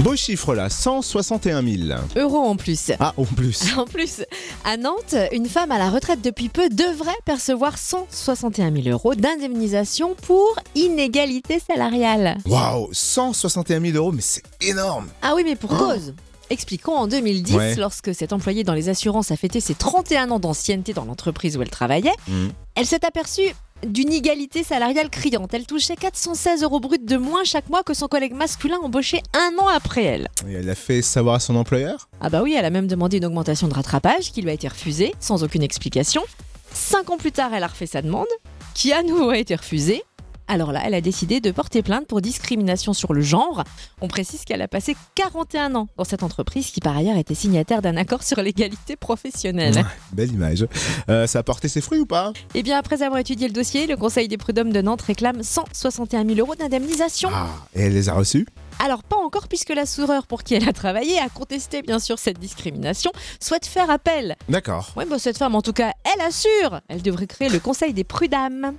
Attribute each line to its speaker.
Speaker 1: Beau chiffre là, 161 000.
Speaker 2: Euros en plus.
Speaker 1: Ah, en plus.
Speaker 2: En plus, à Nantes, une femme à la retraite depuis peu devrait percevoir 161 000 euros d'indemnisation pour inégalité salariale.
Speaker 1: Waouh, 161 000 euros, mais c'est énorme.
Speaker 2: Ah oui, mais pour cause Expliquons, en 2010,
Speaker 1: Ouais.
Speaker 2: lorsque cette employée dans les assurances a fêté ses 31 ans d'ancienneté dans l'entreprise où elle travaillait,
Speaker 1: Mhm.
Speaker 2: elle s'est aperçue d'une égalité salariale criante. Elle touchait 416 euros bruts de moins chaque mois que son collègue masculin embauché un an après elle.
Speaker 1: Et elle l'a fait savoir à son employeur
Speaker 2: Ah bah oui, elle a même demandé une augmentation de rattrapage qui lui a été refusée sans aucune explication. Cinq ans plus tard, elle a refait sa demande, qui à nouveau a été refusée. Alors là, elle a décidé de porter plainte pour discrimination sur le genre. On précise qu'elle a passé 41 ans dans cette entreprise qui par ailleurs était signataire d'un accord sur l'égalité professionnelle.
Speaker 1: Belle image. Euh, ça a porté ses fruits ou pas
Speaker 2: Et bien après avoir étudié le dossier, le Conseil des prud'hommes de Nantes réclame 161 000 euros d'indemnisation.
Speaker 1: Ah, et elle les a reçus
Speaker 2: Alors pas encore puisque la soureur pour qui elle a travaillé a contesté bien sûr cette discrimination, souhaite faire appel.
Speaker 1: D'accord.
Speaker 2: Oui, bah, cette femme, en tout cas, elle assure. Elle devrait créer le Conseil des prud'âmes.